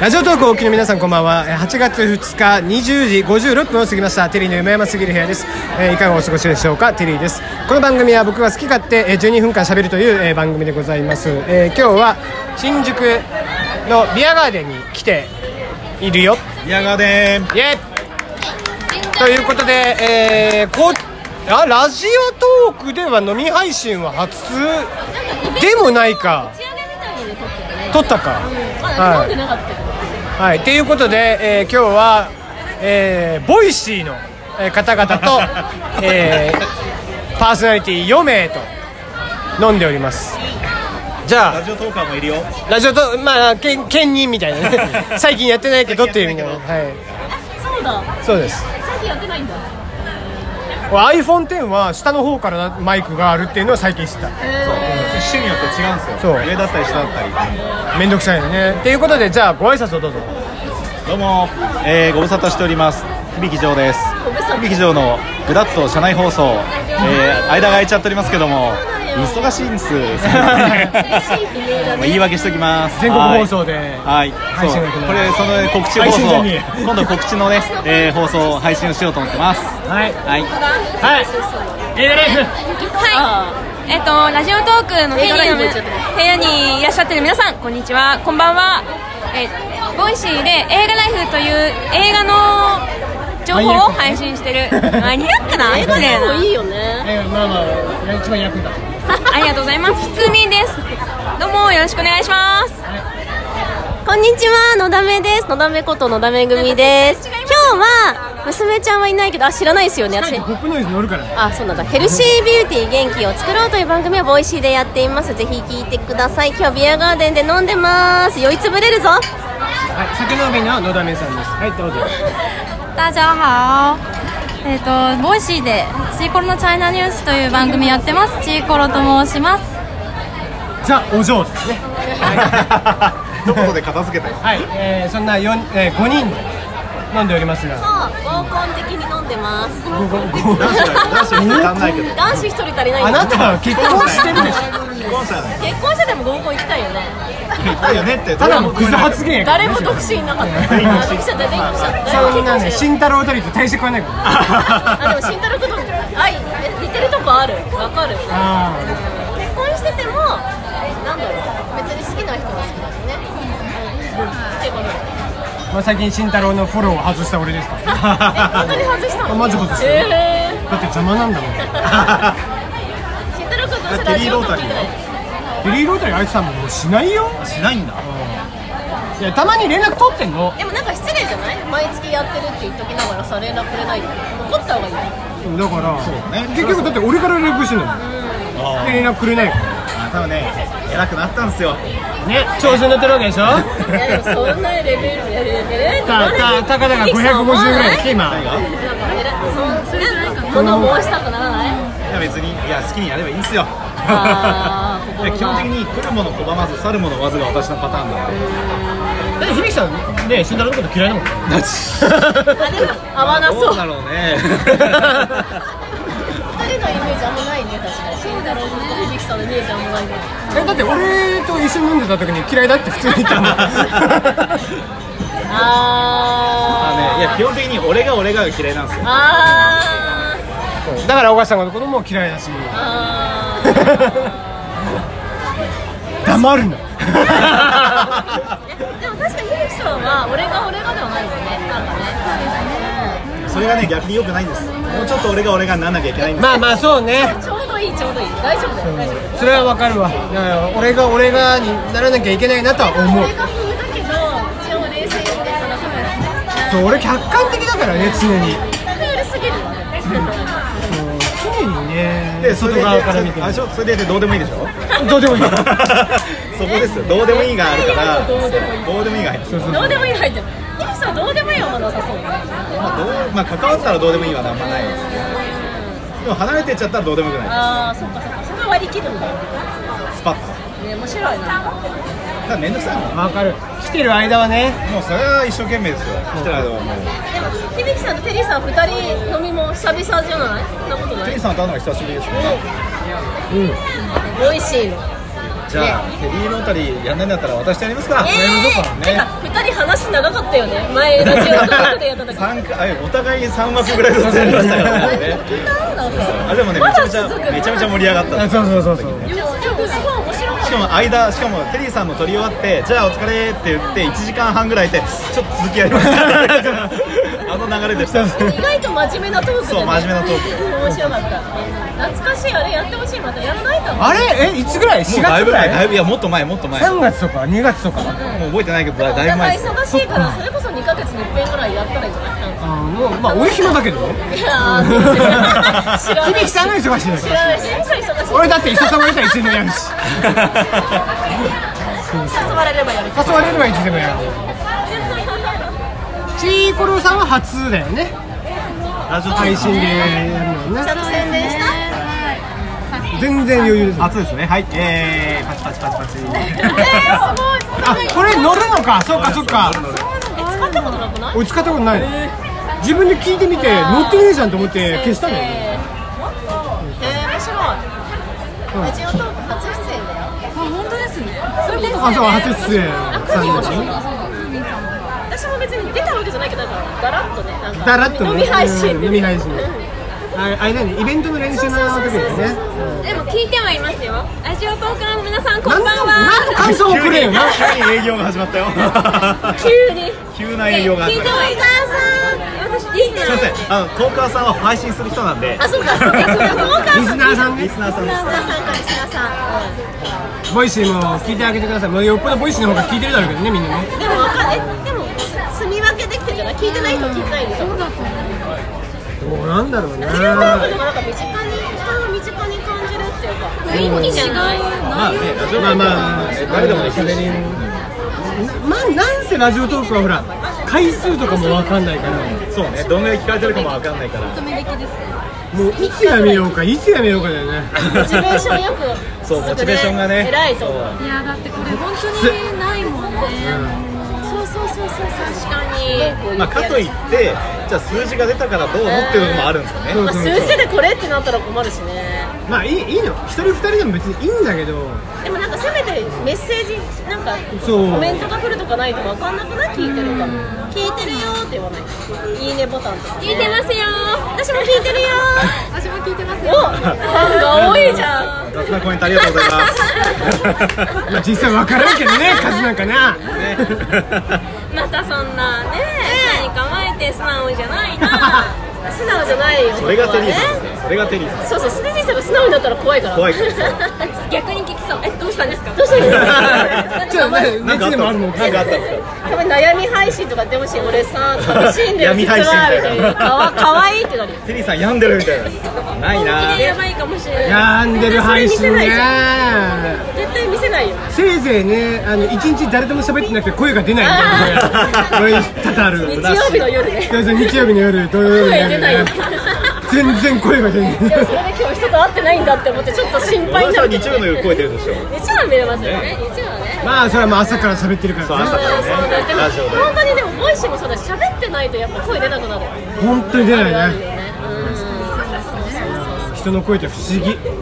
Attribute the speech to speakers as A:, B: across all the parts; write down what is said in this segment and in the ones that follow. A: ラジオトークをお聞きの皆さんこんばんはえー8月2日20時56分を過ぎましたテリーの夢山すぎる部屋です、えーいかがお過ごしでしょうかテリーですこの番組は僕が好き勝手えー12分間喋るというえー番組でございます、えー今日は新宿のビアガーデンに来ているよ
B: 宮川でー
A: イエイということで、えーこあラジオトークでは飲み配信は初でもないか
C: 打ち上げみたいなので撮ってたね
A: 撮ったか、
C: まだ飲んでなかったけど、
A: はい、ということで、えー今日は、えーボイシーのえー方々 と、えーパーソナリティ4名と飲んでおりますじゃ
B: ラ
A: あ
B: ジオトーカーもいるよ
A: ラジオとまあけん兼任みたいな ね最近やってないけどっていう意味でもはい
C: そうだ、
A: そうです
C: 最近やってないんだ。
A: iPhone10 は下の方からマイクがあるっていうのは最近知った
B: 種によって違うんですよ
A: そう
B: 上だったり下だったり
A: めんどくさいよねっていうことでじゃあご挨拶をどうぞ
B: どうも、えー、ご無沙汰しております響き城です響き城のぐだっと社内放送、えー、間が空いちゃっておりますけども忙しい んです
C: 嬉しい悲鳴だ
B: もう
C: ね。
B: 言い訳しときます
A: 全国放送で
B: はい、
A: 配信
B: そう
A: が行わ
B: こ
A: れ
B: れその告知
A: 配
B: 放
A: 信じゃ
B: 送
A: ねえ
B: 今度告知のね、えー、放送を配信をしようと思ってます
A: はい
B: はい
A: はい
D: はい。えっとラジオトークの部屋に部屋にいらっしゃってる皆さん、こんにちは、こんばんは。えボイシーで映画ライフという映画の情報を配信してるマニアックな失礼
C: でも
D: な。
C: いいよね。
A: えーまあまあ一番役に立つ
D: ありがとうございます。ふつみんです。どうもよろしくお願いします。
E: こんにちは、のだめです。のだめことのだめ組です。今日は、娘ちゃんはいないけど、あ、知らないですよね、私。
A: ポップノイズ乗るから
E: あ、そうなんだ。ヘルシービューティー元気を作ろうという番組をボイシーでやっています。ぜひ聞いてください。今日ビアガーデンで飲んでます。酔いつぶれるぞ。
A: はい、酒飲みの野田めさんです。はい、どうぞ。
F: 大家好。えっ、とボイシーでチーコロのチャイナニュースという番組やってます。チーコロと申します。
A: ザお嬢ですね。
B: どこで片付けた
A: はい、えー、そんな四、えー、五人飲んでおりますが。
E: あ、合コン的に飲んでます。
B: 男子は男子は足んないけど
E: 男子一人足りない
A: あなたは結婚してるでし
B: 既婚者だね
E: 結婚してでも合コン行きたいよね。
B: いいよねって
A: ょ。ただのクズ発言やから。
E: 誰も独身いなかった。あ独身者誰も独身者誰も
A: そんなね、
E: 結婚してない
A: 慎太郎あたりと大して変わんないから。
E: あ、でも慎太郎君と、あ、いえ似てるとこある。わかる。
A: あ
E: 結婚しててもなんだろう別に好きな人は好きだしねってこ
A: あ、
E: と
A: まあ、最近慎太郎のフォローを外した俺ですから。
E: 本当に外した の
A: マジ外した
E: へえ
A: だって邪魔なんだもん。リ
E: 慎太郎君どうせラジオとか聞いてない
A: リーロータリーあいつさんももうしないよ。
B: しないんだ
A: いや、たまに連絡取ってんの。
E: でもなんか失礼じゃない毎月やってるって言っときながらさ連絡くれないよ怒った方がいいよ
A: だから。
B: だね
A: 結局だって俺から連絡してんのよ。で連絡くれないから。
B: 多分ね偉くなったんですよ
A: ね、調子に乗ってるわけでしょ。
E: いやでもそんなレベルやるレベ ル
A: た、た、たかだか五百五十ぐらいです今。
E: なんか偉いそんそれじゃないか物申したくならない
B: いや別にいや好きにやればいいんですよ
E: あー
B: いや基本的に来るもの拒まず去るものわずが私のパターンなんで
A: だって響さんね慎太郎のこと嫌いだもん
E: あでも合わなそう
B: どうだろう ね
E: 二人のイメージあんまないね確かに慎太郎君と響さんのイメージあんまないね
A: えだって俺と一緒に飲んでた時に嫌い だって普通に言ったもん
B: あ
E: あ
B: のねいや基本的に俺が俺がが嫌いなんですよ
E: あー
A: だから小川さんのことも嫌いだし
E: あ
A: 黙るな
E: ーでも確かにひるきさんは俺が俺がではないよねなんかね
B: それがね逆に良くないんですもうちょっと俺が俺がなんなきゃいけないんです
A: まあまあそうね
E: ちょうどいいちょうどいい大丈夫だよ大丈夫
A: それはわかるわだから俺が俺がにならなきゃいけないなとは思う
E: 俺が風だけど一応冷静にね話さない
A: そう俺客観的だからね常に
E: クールすぎるよね
A: 常にね
B: でそ
A: 外
B: れで
A: 側から見て
B: あ
A: る
B: しょそれでどうでもいいでしょ
A: どう でもいい
B: そこですよどうでもいいがあるからどうでもいいが入ってる
E: どうでもいい入ってるひるきさんどうでもいいはまだなさそう
B: まあどうまあ関わったらどうでもいいはあんまないですけどでも離れてっちゃったらどうでもよくない
E: ああそっかそっかそれは割り切るんだ
B: スパッとだ
E: ね面白いな
B: から面倒くさいもん
A: わかる来てる間はね
B: もうそれは一生懸命ですよ来てる間はもう
E: でもひるきさんとテリーさん二人飲みも久々じゃないそんなことな
B: テリ
E: い
B: ーさんと会うのが久しぶりですね
E: 美味しいの
B: じゃあ、テリーロータリーやんないんだったら私とやりますか
E: ええー、てか
B: ね
E: 二人話話長かったよね前ラジオトークでや った時
B: 三回お互いに3枠ぐらいずつやりましたから ねあでもねめちゃめちゃめちゃめちゃ盛り上がったん
A: あ
B: ですよ
A: そうそうそうそう
E: でもでもすごい面白かっ
B: しかも間しかもテリーさんも撮り終わってじゃあお疲れって言って1時間半ぐらいいてちょっと続きやります あの流れでした
E: た意外と真面目なトークで、ね、
B: そう真面目なトー
E: ク面白かった懐かしいあれやってほしいまたやらないと思う
A: あれえいつぐらい
B: も
A: 4
B: うだ
A: 月
B: いぶ
A: ぐ
B: 前だ
A: ら
B: い
A: い
B: ぶいやもっと前もっと前も
A: 3月とか2月とか
B: う覚えてないけどだ
E: お
B: だいぶ前
E: 互
B: で
E: い
B: す
E: 忙しいからそれこそ2ヶ月に一遍ぐらいやったらいいんじゃない
A: あもうまあ俺暇だけどね
E: いやーそう ですよ知らない
A: 響さんが忙しいんだ
E: 知
A: けど
E: らないし忙しい
A: 俺だって磯様いたらいつでもやるし
E: 誘われればやる
A: 誘われればいつでもやるチーコロさんは初だよね
B: ラジオ
A: 配信でやるのね
G: ちゃんと宣伝した
A: 全然余裕です
B: 初ですねはいえー、パチパチパチパチ
A: あこれ乗るのかそうかそうか
E: 使ったことなくない
A: 俺使ったことないの自分で聞いてみて乗ってねえじゃんと思って消したのよ
E: えー、面白いラジオトーク初出演だよ
A: あそう初出演さんでし
E: 私も別に出たわけじゃないけどなんかガラッとねなんか
A: だらっとね
E: 飲み配信
A: うん飲み配信ああれ何イベントの練習の時だよね
D: でも聞いてはいますよラジオトークの皆さんこんば
A: 何の
D: ん
A: 何の
D: は
A: 感想をくれよな
B: 急に営業が始まったよ
D: 急に
B: 急な営業が
D: 聞
B: 始
D: い
B: まってた
D: はいます私リスナ
B: すいま
D: ー
B: せんあのトーカーさんは配信する人なんで
E: あそうかそうかそうかそうか
A: リスナーさん
B: リ
A: ね
B: スナーさんです
A: ボイシーも聞いてあげてくださいもうよっぽどボイシーの方が聞いてるだろうけどねみんなね
E: でもわかんないでも住み分けできてるじゃない聞いてない人は聞いてないんですよ
A: どうなんだろうね
E: ラジオトークでもなんか身近に人を身近に感じるっていうか雰囲気じゃない
B: まあねラジオ
A: まあまあ
B: 誰でもね喋り
A: まあなんせラジオトークはほら回数とかもわかんないから
B: そうねどんぐらい聞かれてるかもわかんないから
A: もういつやめようかいつやめようかだよね
E: モチベーションよく
B: そうモチベーションがね
E: 偉いと思う
F: いやだってこれ本当にないもんね
E: そうそうそうそう確かに
B: まあ、かといってじゃあ数字が出たからどう思ってるのもあるんですよね、
A: そう
E: まあ
A: そう
E: 数
A: そう
E: 字でこれってなったら困るしね
A: まあいいいいの一人二人でも別にいいんだけど
E: でもなんかせめてメッセージなんか
A: そう
E: コメントが来るとかないと分かんなくない聞いてるか聞いてるよーって言わないいいねボタンとか
D: 聞いてますよ
E: 私も聞いてるよー私も聞いてますよファンが多いじゃん
B: 雑なコメントありがとうございます
A: まあ実際わからんけどね数なんかな
D: またそんなね何構えて素直じゃないな
E: 素直じゃないよ
B: それがテリーさんですねそれがテリーさん
E: そうそう、ステージさんが素直になったら怖いから
B: 怖い
E: どうした
D: 逆に聞きそうえどうしたんですか
E: らいいの
A: ちょっとね
B: なんか
A: 熱
B: あっ
A: でもあ
B: た
A: るの
B: んですかなんかあったんですか
E: たまに悩み配信とかやってほしい俺さ寂しいんだよ
B: 闇
E: 実は
B: 配
E: み
B: 信
E: たいなかわかわいいってなるよ
B: テリーさん病んでるみたいなないな
D: やばいかもしれない
A: やんでる配信ね
E: 絶対見せないよ
A: せいぜいねあの一日誰とも喋ってなくて声が出ないみたいな これ多々ある
E: 日曜日の夜ね
A: そうそう日曜日の夜土曜日の夜、
E: 声出ないよ
A: ね、全然声が出ない
E: でもそれで今日人と会ってないんだって思ってちょっと
B: 小田
E: 心配にな
B: さ
E: る
B: ん日曜の夜超えてるでしょ
E: 日曜は見れますよね日曜はね
A: まあそれはもう朝から喋ってるか
B: そう
A: ら
B: 朝
A: ね
B: から
E: そうだよ
B: ね
E: でも
B: ラジオで
E: 本当にでもボイシーもそうだし喋ってないとやっぱ声出なくなる
A: 本当に出ないね
E: ね
A: 人の声って不思議
E: うんう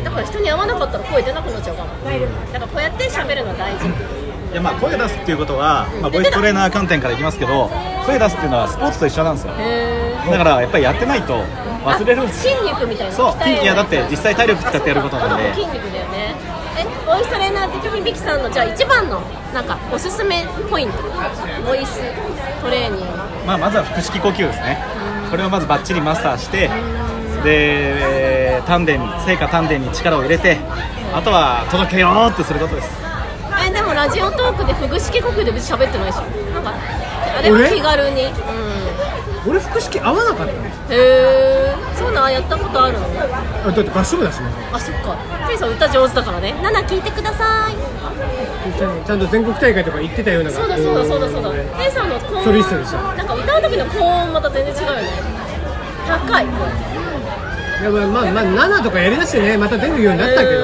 E: んだから人に会わなかったら声出なくなっちゃうかもだからこうやって喋るの大事
B: いやまあ声出すっていうことは、まあ、ボイストレーナー観点からいきますけど声出すっていうのはスポーツと一緒なんですよだからやっぱりやってないと忘れるんです
E: 筋肉みたいな
B: そう
E: 鍛えない
B: やだって実際体力使ってやることなんで
E: 筋肉だよねえボイストレーナー的にビキさんのじゃあ一番のなんかおすすめポイントボイストレーニング
B: まあ、まずは腹式呼吸ですね、これをまずばっちりマスターして、で、えー丹田に、成果丹田に力を入れて、あとは届けようってすることです、
E: えでもラジオトークで腹式呼吸で別に喋ってないでしょなんかあれは気軽にうん
A: 俺腹式合わなかったね
E: へえそうなんやったことあるの
A: あだって合唱部だしね
E: あそっかテイさん歌上手だからね
G: ナナ聞いてください
A: ちゃんちゃんと全国大会とか行ってたような
E: そうだそうだそうだそう
A: 学
E: だ
A: 校で
E: テイさんの高音
A: ソリストでした
E: なんか歌う時の高音また全然違うよね高い
A: いやまあまあ、まあ、7とかやりだしてねまた出るようになったけど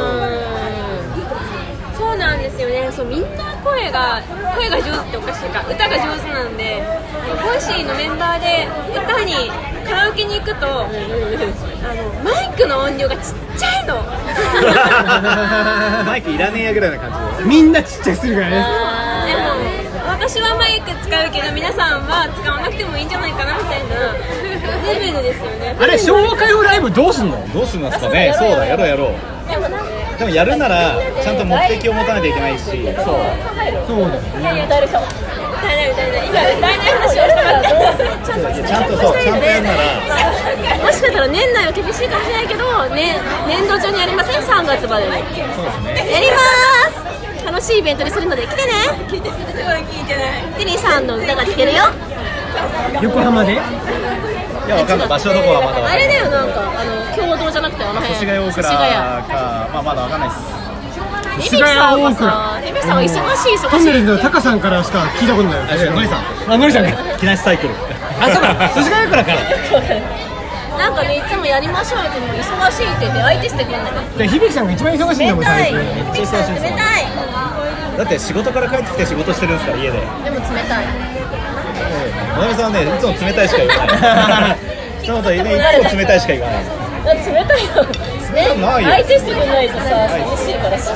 D: そうなんですよねそうみんな声が声が上手っておかしいか歌が上手なんであのボイシーのメンバーで歌にカラオケに行くとあのマイクの音量がちっちゃいの
B: マイクいらねえやぐらいな感じで
A: みんなちっちゃくするからね
D: でも私私はマイク使うけど皆さんは使わなくてもいいんじゃないかなみたいなレベルですよね
A: あれ昭和歌謡ライブどうすんの
B: どうするんですかねそうだやろうやろう
E: でもなんか
B: でもやるならちゃんと目的を持たないといけないしそう
A: そうだよね
E: いやいや歌える人
D: 歌えない歌えない 今歌えない話をしたばっかり
B: ちゃんとそうちゃんとやるなら
E: もしかしたら年内は厳しいかもしれないけど、ね、年度中にやりません3月までにやります楽しいイベントにするので来てね
D: すごい聞いてない
E: テリーさんの歌が聴けるよ
A: 横浜で
B: いやわかんない場所どこはまだわかん
E: あ
B: な
E: れ
B: い
E: だよなんかあの共同じゃなくてあの辺
B: 越谷大倉
E: 越谷
B: かまあまだわかんないです
E: エビさんはさエビさんは忙しい忙しい
A: トンネルズのタカさんからしか聞いたことない
B: あ違うノリさん
A: あノリさんか
B: 木梨サイクル
A: あそう だ
B: 吉川からから
E: なんかねいつもやりましょうよっても忙しいって言って相手してくんない
A: で響さんが一番忙しいんだもん最近
B: 冷たいだって仕事から帰ってきて仕事してるんですから家で
E: でも冷たい
B: おなみさんはねいつも冷たいしか言わないそのことねいつも冷たいしか言わない
E: だって冷たいよ
B: くないよ
E: ね相手してくんないとさ寂しいからさ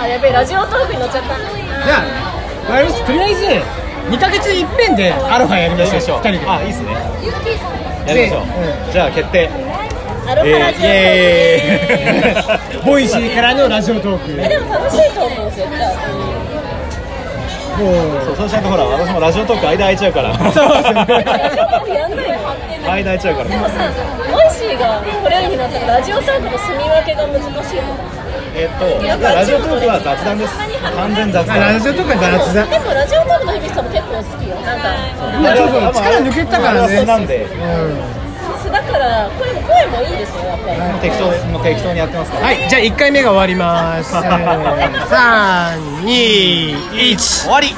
E: あやべえラジオトークに乗っちゃった
A: じゃあ、わかりましたとりあえず、2ヶ月いっぺんでアロハやりましょう、2人で。
B: あいいですねやりましょうじゃあ決定
E: アロハラジオトーク
B: えーイ
E: で
B: エー イ
A: ボイシーからのラジオトーク。
E: えでも楽しいと思う絶対
A: もう、
B: そうそうしないとほら私もラジオトーク間空いちゃうから
A: そうです
E: ラジオト
A: ね。
E: ークやんないの
B: 間空いちゃうか
E: でも
B: ら
E: さボイシーがこれになったらラジオトークの住み分けが難しいと思う
B: えっとラジオトークは雑談です完全雑
A: あ
B: 談
A: ラジオトークは雑談。
E: でもラジオトークの響さんも結構好きよなんか
A: 今ちょっと力抜けたからね。
B: あれは素なんで
A: うん
E: そうだからこれも声もいいですよやっぱり
B: もう適当もう適当にやってますから
A: はい、じゃあ1回目が終わります。3、2、1。
B: 終わり